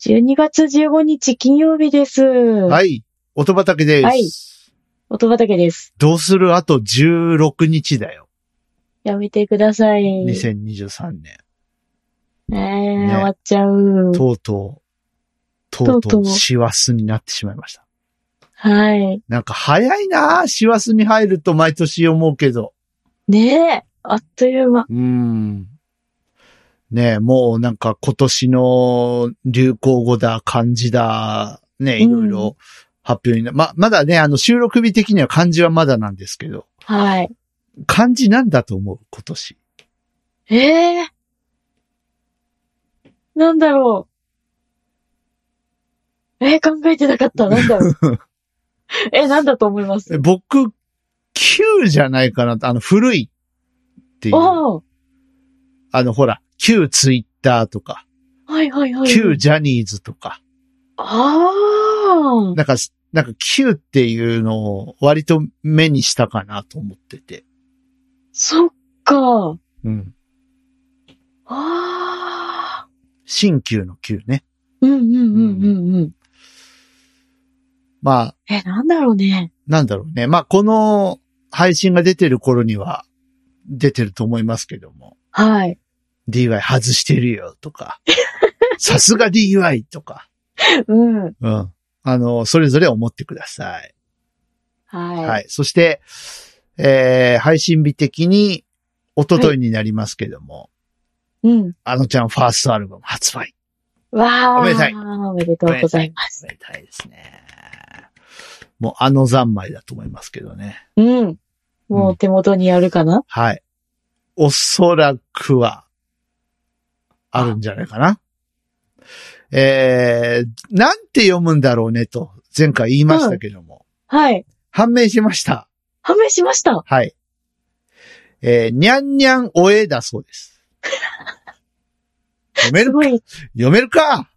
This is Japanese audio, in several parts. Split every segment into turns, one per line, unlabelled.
12月15日金曜日です。は。
はいい。音畑です。
はい音畑です。
どうするあと16日だよ。
やめてください。ね
2023年。
え、
ね
終わっちゃう。
とうとう、と
と
う
う
と
と
う、
う
師走になってしまいました。
はい。
なんか早いなぁ。師走に入ると毎年思うけど。
ねえ、あっという間。
うーん。ねえ、もうなんか今年の流行語だ、漢字だ、ねえ、いろいろ発表にな、ま、まだね、あの収録日的には漢字はまだなんですけど、
はい。
漢字なんだと思う今年。
ええなんだろう。えー考えてなかった。なんだろう。 え、なんだと思います。
僕、旧じゃないかなと、あの、古いっていう。あ
おー
の、ほら、旧ツイッターとか、
はいはいはい。
旧ジャニーズとか、
ああ。
なんか、なんか旧っていうのを割と目にしたかなと思ってて。
そっか。
うん。
ああ。
新旧の旧ね。
うんうんうんうんうん。
まあ、
え、なんだろうね。
なんだろうね。まあ、この配信が出てる頃には出てると思いますけども。
はい。
DY 外してるよ とか。さすが DY とか。
うん。
うん。あの、それぞれ思ってください。
はい。
はい。そして、えー、配信日的に、一昨日になりますけども、
うん。
あのちゃんファーストアルバム発売。
わあ。
おめでたい
おめでとうございま
お
す。
めでたいですね。もうあの三昧だと思いますけどね。
うん。もう手元にあるかな、
はい。おそらくは、あるんじゃないかな。えー、なんて読むんだろうねと、前回言いましたけども、
はい。
判明しました。
判明しました。
はい。えー、にゃんにゃんおえだそうです。 読め
す
る
ごい、
読めるか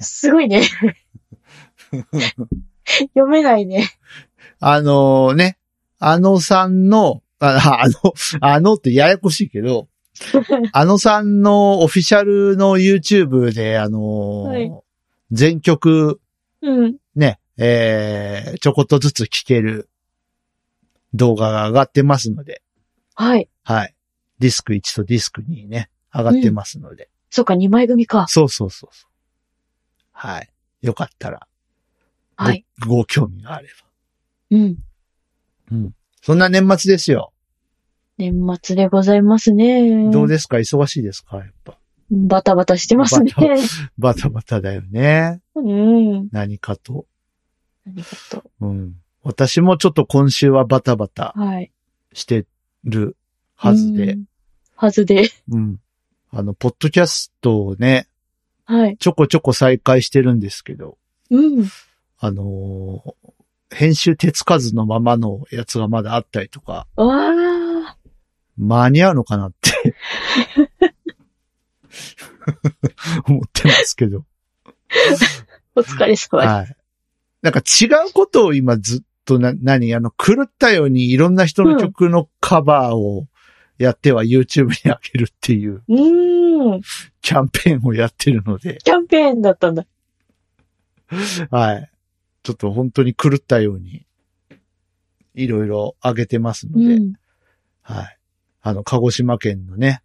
すごい ね。読めないね。
あのね、あのさんの、ああの、あのってややこしい けど、あのさんのオフィシャルの YouTube で、あの
はい
全曲
うん。
ね、えー、ちょこっとずつ聴ける動画が上がってますので、
はい。
はい。ディスク1とディスク2ね、上がってますので、
そっか、二枚組か。
そうそうそうそう。はい。よかったら、ご
はい。
ご興味があれば。
うん。
そんな年末ですよ。
年末でございますね。
どうですか忙しいですかやっぱ。
バタバタしてますね。
ババタバタだよね。
うん。
何かと。
ありがと
うん。私もちょっと今週はバタバタ
う。はい。
してるはずで
う。ん。はずで。
うん。あの、ポッドキャストをね、
はい。
ちょこちょこ再開してるんですけど、
うん。
あのー編集手つかずのままのやつがまだあったりとか、
わあ。
間に合うのかなって思ってますけど。
お疲れ様です。
はい。なんか違うことを今ずっとな、何あの、狂ったようにいろんな人の曲のカバーをやっては YouTube に上げるっていう
うーん。
キャンペーンをやってるので、
キャンペーンだったんだ。
はい。ちょっと本当に狂ったようにいろいろ上げてますので、
うん。
はい。あの、鹿児島県のね、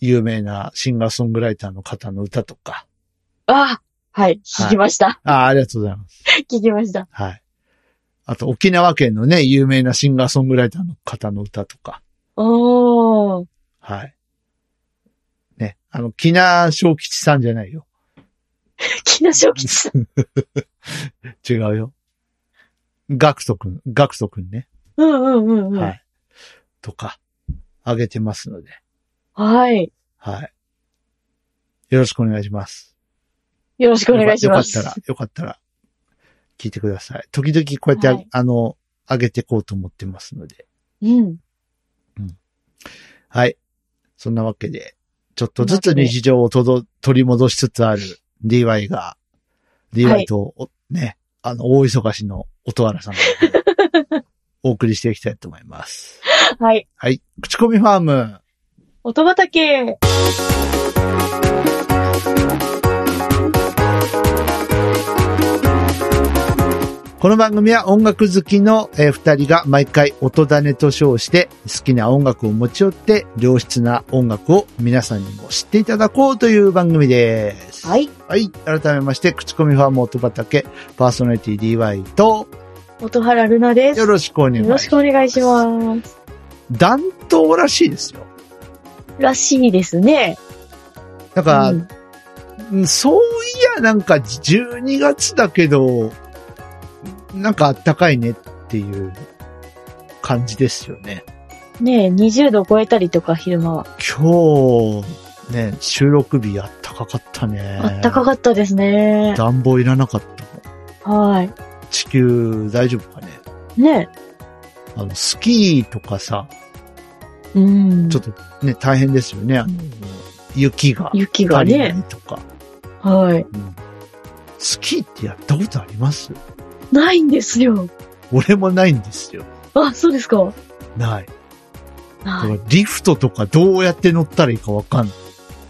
有名なシンガーソングライターの方の歌とか、
あはい。聞きました。
ああ、ありがとうございます。
聞きました。
はい。あと、沖縄県のね、有名なシンガーソングライターの方の歌とか。
おー。
はい。ね。あの、木名正吉さんじゃないよ。
木梨正吉さん。
違うよ。ガクトくん、ガクトくんね。
うんうんうんうん。
は
はい。
い。とか、あげてますので。はい。よろしくお願いします。
よろしくお願いします。
よかよかったら、よかったら、聞いてください。時々こうやってあ、
はい
あの、上げていこうと思ってますので。
うん。
はい。そんなわけで、ちょっとずつ日常をとど、取り戻しつつある DY が、
は
DY
い
と、おね、あの、大忙しの音原さんが、 お送りしていきたいと思います。
はい。
はい。口コミファーム。
音畑。
この番組は音楽好きのえー二人が毎回音種と称して好きな音楽を持ち寄って良質な音楽を皆さんにも知っていただこうという番組です。。
はいい。
はい。改めまして、口コミファーム音畑パーソナリティ DY と
元原ルナです。
よ
よ
ろしくお願いしま
ろし
す
く。お願いします。
暖冬らしいですよ。
らしいですね。
なんか、
うん
うんそういや、なんか12月だけど、なんかあったかいねっていう感じですよね。
ねえ、20度超えたりとか、昼間は。
今日、ね、収録日あったかかったね。
あったかかったですね。
暖房いらなかった。
は
地球大丈夫かね。
い。ね
あの、スキーとかさ、
え。うん。
ちょっとね、大変ですよね。あの雪が。
雪が
足りな
ね。
いとか、
はい。
うんスキーってやったことあります
ないんですよ。
俺もないんですよ。
あ、そうですか。
ない。だか
は
らリフトとかどうやって乗ったらいいかわかんな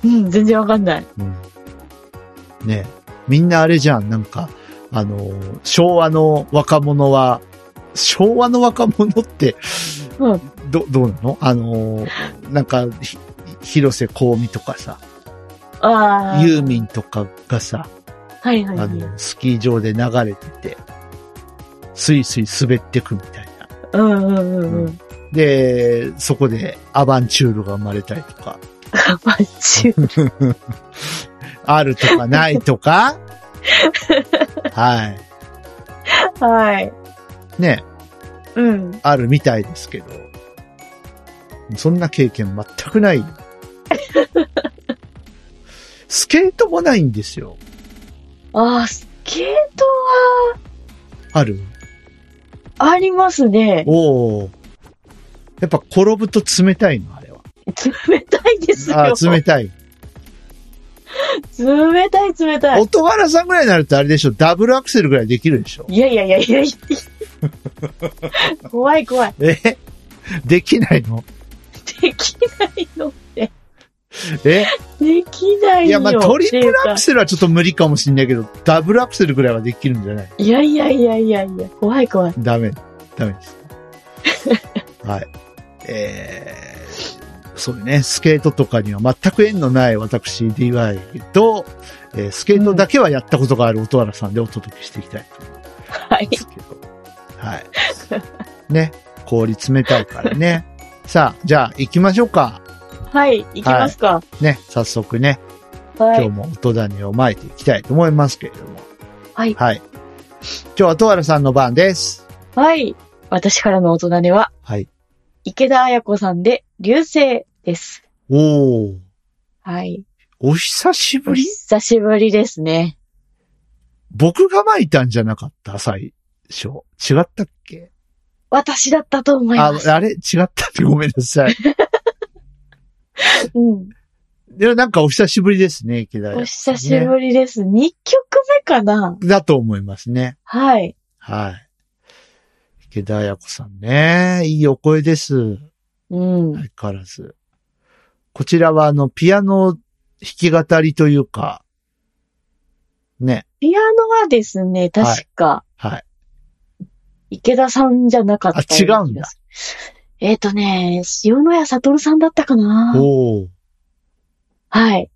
い。
い。うん、全然わかんない。
うんねえみんなあれじゃん、なんか、あのー、昭和の若者は、昭和の若者って、
うん
ど、どうなのあのー、なんか、ひ広瀬香美とかさ、
ああ。
ユーミンとかがさ、
はいはい
あ
はい。
の、スキー場で流れてて、スイスイ滑ってくみたい
う
な。
んうんうん
う
うん。
で、そこでアバンチュールが生まれたりとか、
カバチュ。
あるとかないとか、はい。
はい。
ね、
うん。
あるみたいですけど、そんな経験全くない。スケートもないんですよ。
あー、スケート
ある
はありますね。
おお。やっぱ転ぶと冷たいの、あれは。
冷たいですよ。
あー冷たい。
冷たい冷たい。
音原さんぐらいになるとあれでしょ、ダブルアクセルぐらいできるでしょ。
いやいやいやいやいや。怖い怖い。
え できないの
できないの。
え
できないよ。
いや、まあ、トリプルア
っ
クセルはちょっと無理かもしんないけど、ダブルアクセルぐらいはできるんじゃない
ていうかいやいやいやいやいや、怖い怖い。
ダメ、ダメです。はい。えー、そうね、スケートとかには全く縁のない私 DY と、えースケートだけはやったことがある音原さんでお届けしていきたいと思い
はい
ま。すけど。はい。ね、氷冷たいからね。 さあ、じゃあ行きましょうか。
はい、行きますか。
ね、早速ね、
は
今日
い。
も音種をまいていきたいと思いますけれども。
はい。
はい。今日は音原さんの番です。
はい。私からの大人には、
はい。
池田彩子さんで、流星です。
おー、
はい。
お久しぶ
お
り
久しぶりですね。
僕が巻いたんじゃなかった最初。違ったっけ
私だったと思い
あ
ま、す。
あれ違ったってごめんなさい。
うん。
でもなんかお久しぶりですね、池田
お
屋
久しぶりです。2曲目かな
だと思いますね。
はい。
はい。池田彩子さんね。いいお声です。
うん。
相変わらず。こちらはあの、ピアノ弾き語りというか、ね。
ピアノはですね、確か、
はい。
池田さんじゃなかったよな気がする。えっ、とね、塩野谷悟さんだったかな
おー
はい。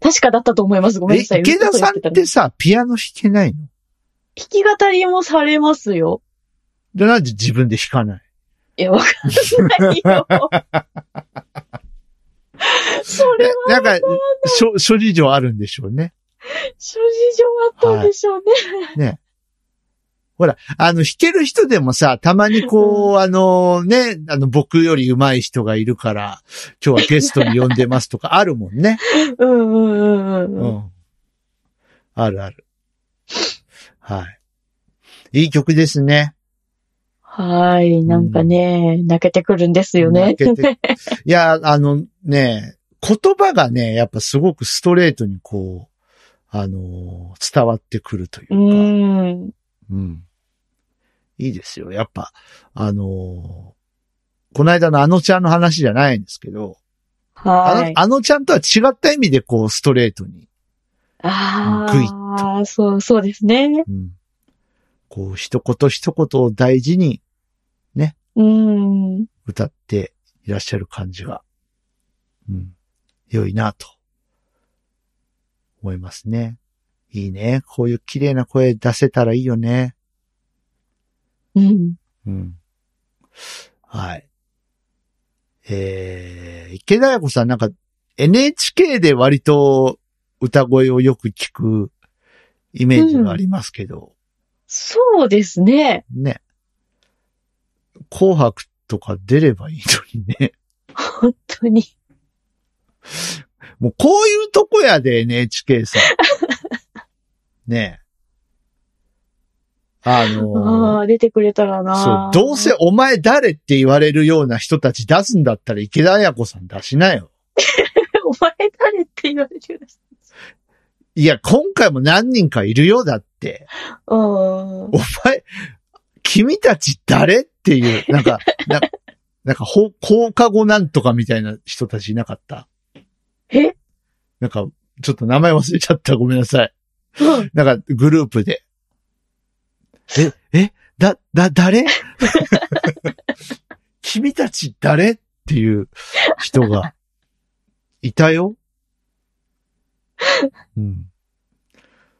確かだったと思います。ごめん
え、
なさい。
池田さんって
弾
さ、ピアノ弾けないの
き語りもされますよ。
で、なんで自分で 弾かない
いや、わかんない よ。それは
なんか、諸諸事情あるんでしょうね。
諸事情あったんでしょうね。
あの、弾ける人でもさ、たまにこう、あのね、あの、僕より上手い人がいるから、今日はゲストに呼んでますとかあるもんね。
うんうんうんう
う
ん。
ん。あるある。はい。いい曲ですね。
はい。なんかね、泣けてくるんですよね。
泣けていや、あのね、言葉がね、やっぱすごくストレートにこう、あのー伝わってくるという
う
か。
ん。
うん。いいですよ。やっぱ、あのーこの間のあのちゃんの話じゃないんですけど、あ
はい
の。あのちゃんとは違った意味でこう、ストレートに、
あ
グイ
あ、そう、そうですね。
うんこう、一言一言を大事に
うん。
歌っていらっしゃる感じが、うん、良いなと、思いますね。いいね。こういう綺麗な声出せたらいいよね。
うん。
うん。はい。えー、池田彩子さんなんか NHK で割と歌声をよく聞くイメージがありますけど、
そうですね。
ね。紅白とか出ればいいのにね。
本当に。
もうこういうとこやで NHK さん。 ねえ。あのー
ああ、出てくれたら
そう
な。、
どうせお前誰って言われるような人たち出すんだったら池田彩子さん出しなよ。
お前誰って言われてる。
いや、今回も何人かいるよ、だって。
うん
お。前、君たち誰っていう、なんか、 ななんか、放放課後なんとかみたいな人たちいなかった
え
なんか、ちょっと名前忘れちゃった。ごめんなさい。
うん
なんか、グループで。え、え、だ、だ、誰 君たち誰っていう人が、いたよ。うん。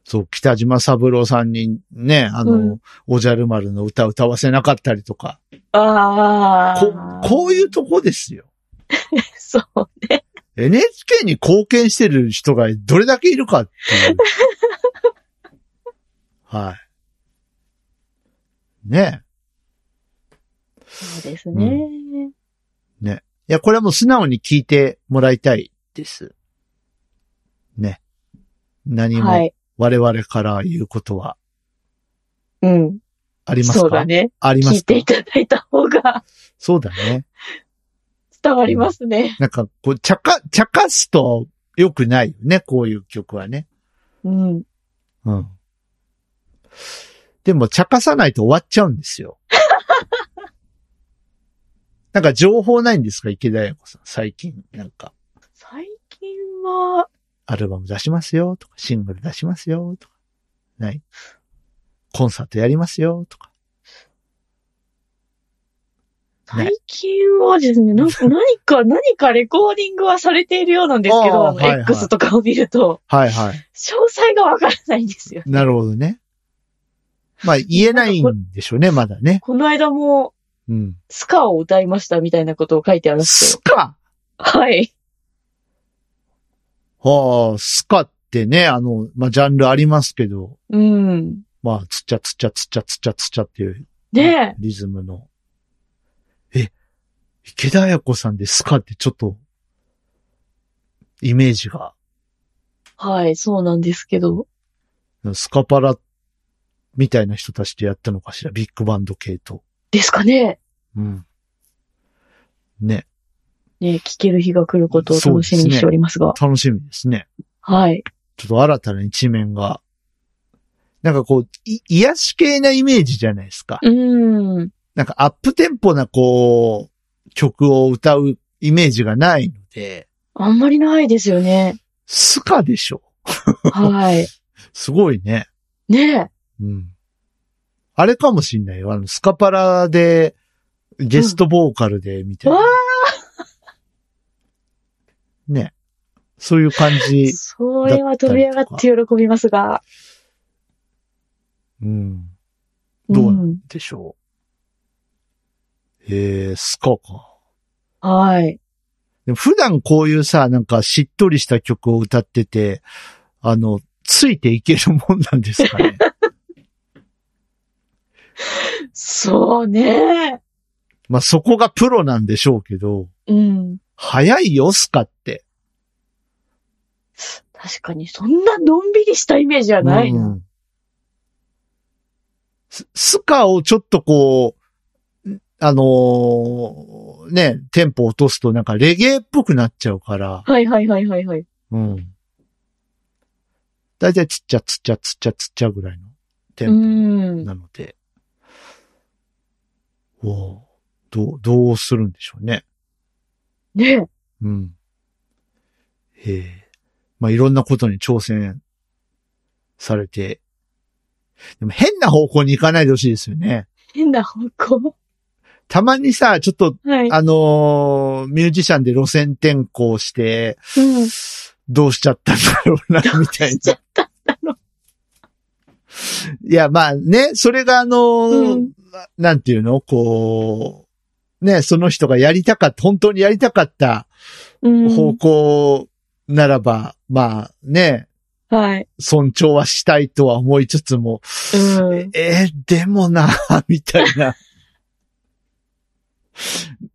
そう、北島三郎さんにね、あの、
うん
おじゃる丸の歌歌わせなかったりとか、
あ
こ
あ。、
こういうとこですよ。
そう。
NHK に貢献してる人がどれだけいるかって いう。はい。ね
そうですね。
え。いや、これはもう素直に聞いてもらいたいです。ね。何
は
も
い。
我々から言うことは
うん。
ありますか、
そうだね。
ありま
聞
す
い
か
ていただいた方が
そうだね。
伝わりますね。
なんか、こう、ちゃか、ちゃかすと良くないよね。こういう曲はね。
うん。
うん。でも、茶化さないと終わっちゃうんで すよ。なんか情報ないんですか池田彩子さん。最近、なんか、
最近は、
アルバム出しますよとか、シングル出しますよとか、ない。コンサートやりますよとか。ね
最近はですね、 なんか何か、何かレコーディングはされているようなんですけど、
あー
あの
はいはい
X とかを見ると、
はいはい。
詳細がわからないんですよ。
なるほどね。まあ、言えないんでしょうね、まだね。
この間も、
うん。
スカを歌いましたみたいなことを書いてあるんです
ス
よ。
カ
はい。
はあ、スカってね、あの、まあ、ジャンルありますけど、
うん。
まあ、つっちゃつっちゃつっちゃつっちゃつっちゃっていう
ねえ。
リズムの。え、池田彩子さんでスカってちょっと、イメージが、
はい、そうなんですけど。
スカパラみたいな人たちでやったのかしら、ビッグバンド系と。
ですかね。
うん。ね、
ねえ、聞ける日が来ることを楽しみにしておりますが。
楽しみですね。
はい。
ちょっと新たな一面が。なんかこう、い癒し系なイメージじゃないですか。
うん。
なんかアップテンポなこう、曲を歌うイメージがないので、
あんまりないですよ ね。
スカでしょ
はい。
すごいね。
ね
うん。あれかもしんないよ。あの、スカパラで、ゲストボーカルで、みたいな。
うんわ
ね。そういう感
え。
じ。
それは飛び上がって喜びますが。
うん。どうな
うん
でしょう。えー、スカか。
はい。
でも普段こういうさ、なんかしっとりした曲を歌ってて、あの、ついていけるもんなんですかね。
そうね。
まあ、そこがプロなんでしょうけど、
うん。
早いよ、スカって。
確かに、そんなのんびりしたイメージじゃないな。
うんススカをちょっとこう、んあのーね、テンポ落とすとなんかレゲエっぽくなっちゃうから、
はいはいはいはいはい。
うん。だいたいつっちゃつっちゃつっちゃつっちゃぐらいのテ
う
ンポ
ん。
なので、おうどう、どうするんでしょうね。
ね
うん。へえ。まあ、いろんなことに挑戦されてでも変な方向に行かないでほしいですよね。
変な方向。
たまにさ、ちょっと、
はい。
あのーミュージシャンで路線転校して、
うん。
どうしちゃったんだ ろうな、みたい
し
な。
ちゃった。
いや、まあね、それがあのー
うん
なんていうのこう、ね、その人がやりたかった、本当にやりたかった
うん。
方向ならば、まあね、
はい。
尊重はしたいとは思いつつも、
うん。
えーでもな、 みたいな。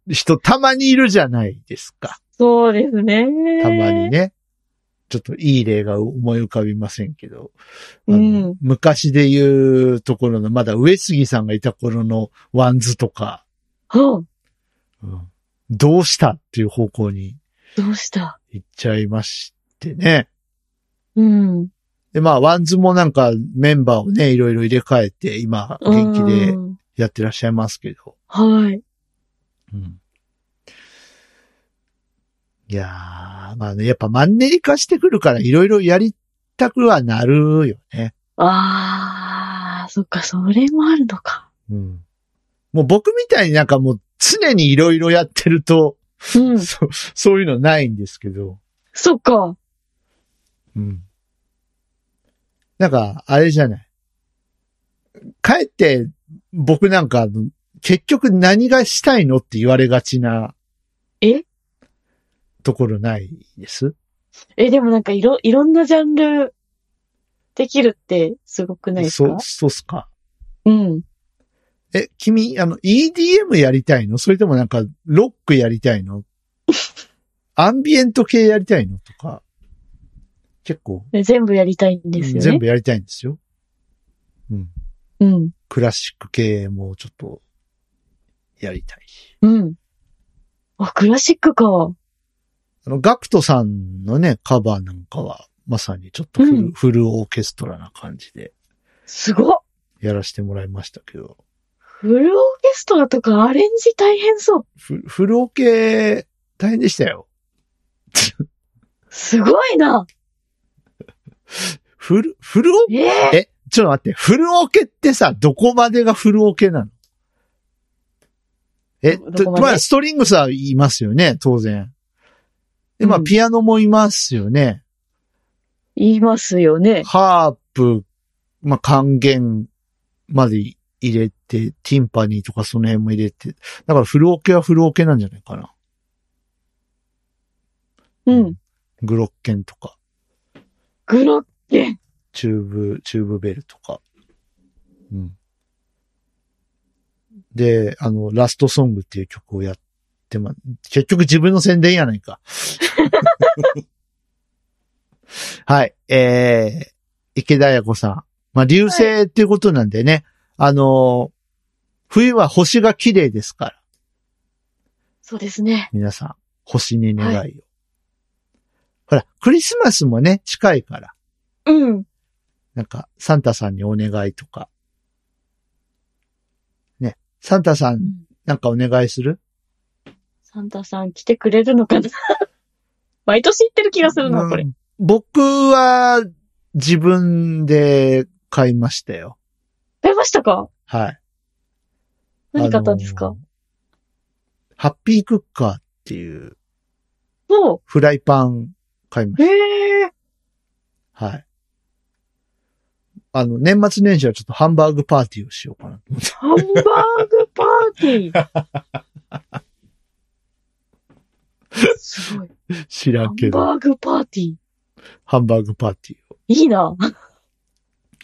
人たまにいるじゃないですか。
そうですね。
たまに。ね。ちょっといい例が思い浮かびませんけど。あ
う
の
ん。
昔で言うところの、まだ上杉さんがいた頃のワンズとか、
はあ、
うんどうしたっていう方向に
どうした
行っちゃいましてね。
うん。
で、まあ、ワンズもなんかメンバーをね、いろいろ入れ替えて、今、元気で
うん
やってらっしゃいますけど。
はい。
うんいやー、まあね、やっぱマンネリ化してくるからいろいろやりたくはなるよね。
ああ、そっか、それもあるのか。
うん。もう僕みたいになんかもう常にいろいろやってると、
うん。
そ、そういうのないんですけど。
そっか。
うん。なんか、あれじゃない。帰って、僕なんかあの、結局何がしたいのって言われがちな
え
ところないです。
え、でもなんかいろ、いろんなジャンルできるってすごくないです
そ
か
う、そうっすか。
うん。
え、君、あの、EDM やりたいのそれともなんか、ロックやりたいの アンビエント系やりたいのとか、結構、
で全部やりたいんですよね。
全部やりたいんですよ。
うん。
クラシック系もちょっと、やりたい。
うん。あ、クラシックか。
あの、ガクトさんのね、カバーなんかは、まさにちょっとフル,、
うん
フルオーケストラな感じです
ごっ
やらせてもらいましたけど、
フルオーケストラとかアレンジ大変そう。
フフルオーケ大変でしたよ。
すごいな。
フル、フルオ
ええ
え、ちょっと待って、フルオケってさ、どこまでがフルオケなのえ、
どど
と
こま
ま
で
あ、ストリングスはいますよね、当然。で、まあ、
うん
ピアノもいますよね。
言いますよね。
ハープ、まあ、還元まで入れて、ティンパニーとかその辺も入れて、だからフルオケはフルオケなんじゃないかな。
うん。。
グロッケンとか、
グロッケン。
チューブ、チューブベルとか。うん。で、あの、ラストソングっていう曲をやって、ま、結局自分の宣伝やない か。はい、えー、池田彩子さん。まあ、流星っていうことなんでね、あのー冬は星が綺麗ですから、
そうですね。
皆さん、星に願いを。ほら、クリスマスもね、近いから。
うん。
なんか、サンタさんにお願いとか。ね。サンタさん、なんかお願いする
サンタさん来てくれるのかな 毎年行ってる気がするな、これ
う。ん僕は、自分で買いましたよ。
買いましたか
はい。
何買ったんですか、
あのーハッピークッカーっていう
も
フライパン買いまし
う、へえ。
た。はい。あの、年末年始はちょっとハンバーグパーティーをしようかなと思って。
ハンバーグパーティー。すごい。
知ら
ハ
ん
ン
けど、
バーグパーティー。
ハンバーグパーティーを。
いいな。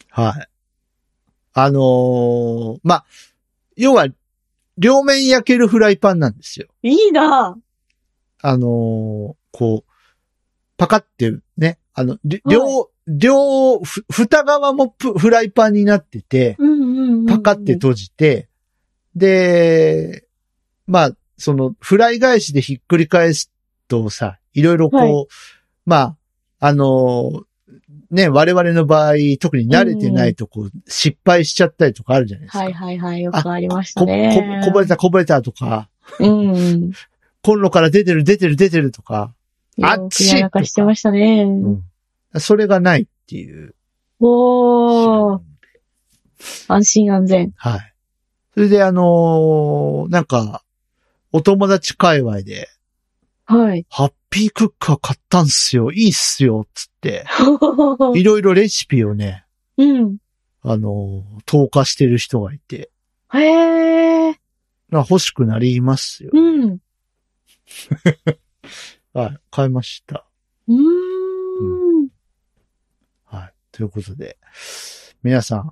はい。あのーまあ、要は、両面焼けるフライパンなんですよ。
いいな。
あのーこう、パカってね、あの、り
はい
両、両、ふ蓋側もプフライパンになってて、
うんうんうんうん。
パカって閉じて、で、まあ、その、フライ返しでひっくり返すとさ、いろいろこう、
は
まあ、あのーね、我々の場合、特に慣れてないとこう、失敗しちゃったりとかあるじゃないですか。
はいはいはい。よくありました
こ
ね。
ここぼれた、こぼれたとか、
うんうん。
コンロから出てる、出てる、出てるとか、あっち
やらかしてましたね。
うんそれがないっていう。
おー。安心安全。
はい。それであのーなんか、お友達界隈で、
はい。
ハッピークッカー買ったんすよ、いいっすよ、つって、いろいろレシピをね、
うん。
あのー投下してる人がいて、
へえ。
まあ欲しくなりますよ。
うん。
はい、買いました。
うーん。
はい。ということで、皆さん、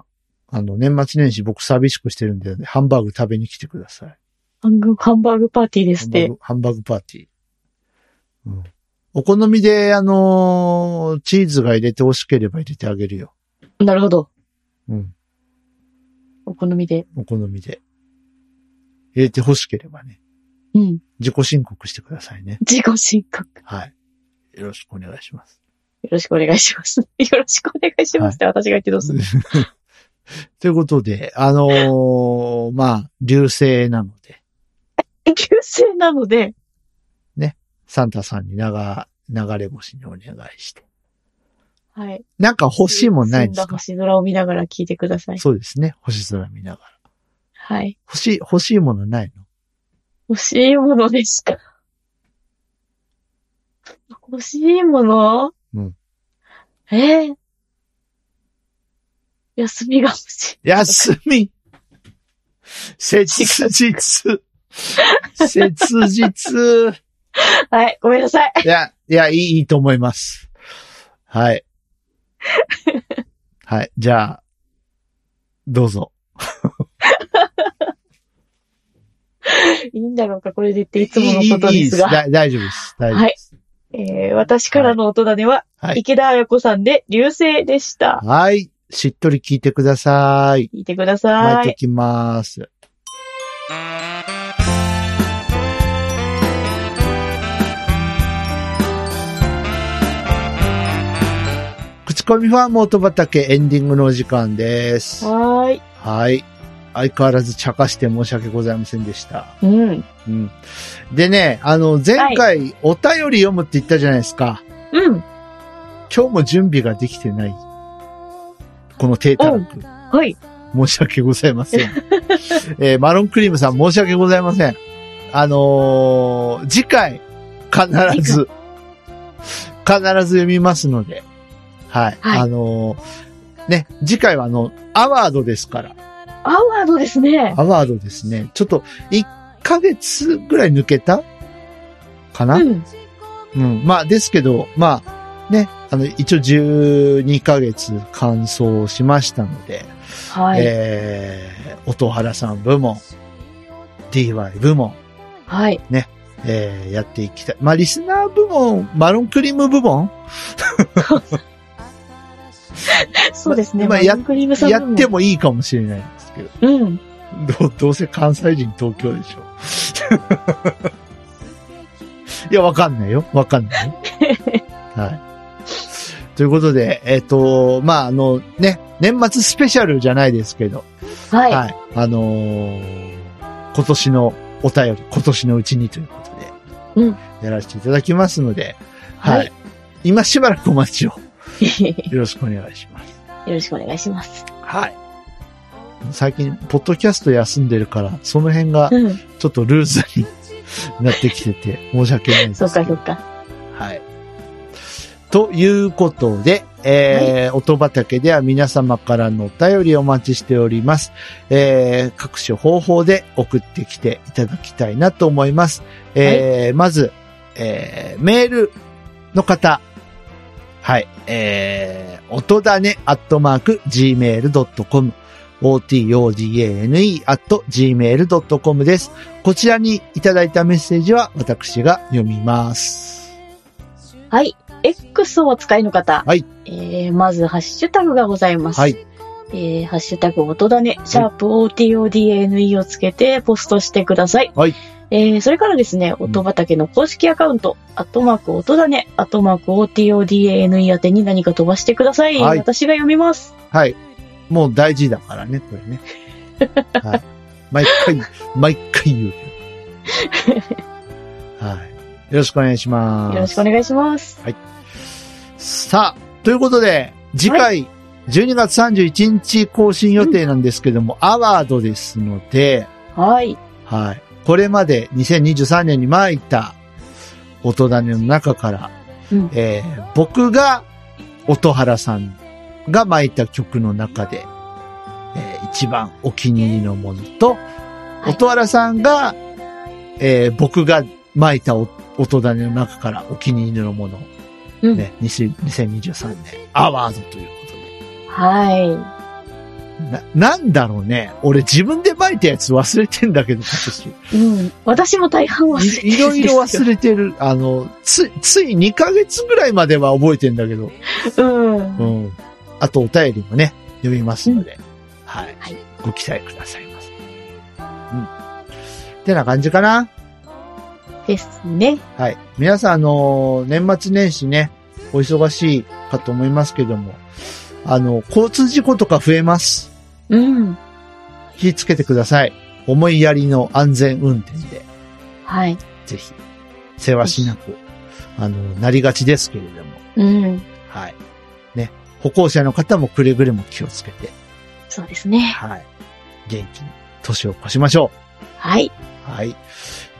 あの、年末年始僕寂しくしてるんで、ハンバーグ食べに来てください。
ハングハンバーグパーティーで
ハ
すっ
ンバー
て。
グハンバーグパーティー。うん。お好みで、あのーチーズが入れて欲しければ入れてあげるよ。
なるほど。
うん。
お好みで。
お好みで。入れて欲しければね。
うん。
自己申告してくださいね。
自己申告。
はい。よろしくお願いし ます。
よろしくお願いします。よ ろしくお願いしますって、私が言ってどうする
ということで、あのーまあ、流星なので、
急性なので、
サンタさんに流、流れ星にお願いして。
はい。
なんか欲しいもんないんです
澄だ
か
星空を見ながら聞いてください。
そうですね。星空見ながら。
はい。
欲しい、欲しいものないの
欲しいものですか 欲しいもの
うん。
えー休みが欲しい。
休 み切実切実
はい、 ごめんなさい。
いや、いや、いい、いいと思います。 はい。はい、じゃあ、どうぞ。
いいんだろうか、これで言っていつものことですが。
いいいいいいですだ大丈夫です。大丈夫です。
えー私からの大人では、
はい
池田彩子さんで流星でした。
はい。しっとり聞いてください。
聞いてくだ
巻
さ
いて
い。
きます。口コミファーム音畑エンディングのお時間です。
はーい。
はい。相変わらず茶化して申し訳ございませんでした。
うん。
うん。でね、あの、前回お便り読むって言ったじゃないですか。
うん。
今日も準備ができてない。この低たらく。
はい。
申し訳ございません。 えーマロンクリームさん申し訳ございません。あのー次回、必ず、必ず読みますので、はい。
はい
あのーね、次回はあの、アワードですから、
アワードですね。
アワードですね。ちょっと、1ヶ月ぐらい抜けたかな、
うん。
うん。まあ、ですけど、まあ、ね、あの、一応12ヶ月完走しましたので、
はい。
えー、音原さん部門、DY 部門、
はい。
えー、やっていきたい。まあ、リスナー部門、マロンクリーム部門
そうですね。
まあ
マ
や
ロンクリームさん
やって
も。
もいいかもしれないんですけど、
うん。
どう どうせ関西人東京でしょ。 いや、わかんないよ。わか んないよ。はい。ということで、えっ、と、まあ、あの、ね、年末スペシャルじゃないですけど、
はい。
はい。あのー今年のお便り、今年のうちにということで、
うん
やらせていただきますので、はい。
はい
今しばらくお待ちをよ
よ
ろしくお願いします。
ろしくお願いします。
はい。最近、ポッドキャスト休んでるから、その辺が
うん。
ちょっとルーズになってきてて、申し訳ないですけ
そ
ど。
うか、そうか。
はい。ということで、えー音畑では皆様からのお便りをお待ちしております。えー各種方法で送ってきていただきたいなと思います。えーまず、えーメールの方。はい。えー、音だね、アットマーク、gmail.com。otodane, at gmail.com です。こちらにいただいたメッセージは私が読みます。
はい。X をお使いの方。
はい。
えー、まず、ハッシュタグがございます。
はい。
えー、ハッシュタグ音だね、シャープ OTODANE をつけてポストしてください。
はい。
えー、それからですね、音畑の公式アカウント、アットマーク音だね、アットマーク OTODANE 宛てに何か飛ばしてください。
はい
私が読みます。
はい。もう大事だからね、これ ね。はい。毎回、毎回言うけど。はい。よろしくお願いします。
よろしくお願いします。
さあ、ということで、次回、 12月31日更新予定なんですけども、アワードですので、
はい。
はい。これまで2023年に参った音種の中から、
うん
えー僕が音原さんが巻いた曲の中で、えー一番お気に入りのものと、
い
音原さんが、えー僕が巻いたお音種の中からお気に入りのもの、
うん
ね、20 2023年アワードということで。
は
な、なんだろうね。俺自分で巻いたやつ忘れてんだけど、今年。
い。うん。私も大半忘れてるんで
い
すよ
ろいろ忘れてる。あの、つ、つい2ヶ月ぐらいまでは覚えてんだけど。
うん。
う
は
ん。あとお便りもね、読みますので。はい。
はい
ご期待くださいませ。うん。ってな感じかな。
いですね。
はい。皆さん、あのー年末年始ね、お忙しいかと思いますけども、あの、交通事故とか増えます。
うん。
気をつけてください。思いやりの安全運転で。
はい。
ぜひ、せわしなく、あの、なりがちですけれども、
うん。
はい。ね、歩行者の方もくれぐれも気をつけて、
そうですね。
はい。元気に、年を越しましょ
はい。
う。はい。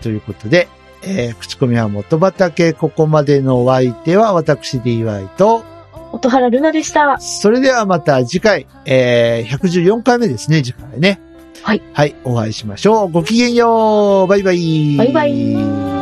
ということで、えー、口コミは元畑、ここまでのお相手は私 DY と、
音原ルナでした。
それではまた次回、えー、114回目ですね、次回ね。
はい。
はい、お会いしましょう。ごきげんよう。バイバイ。
バイバイ。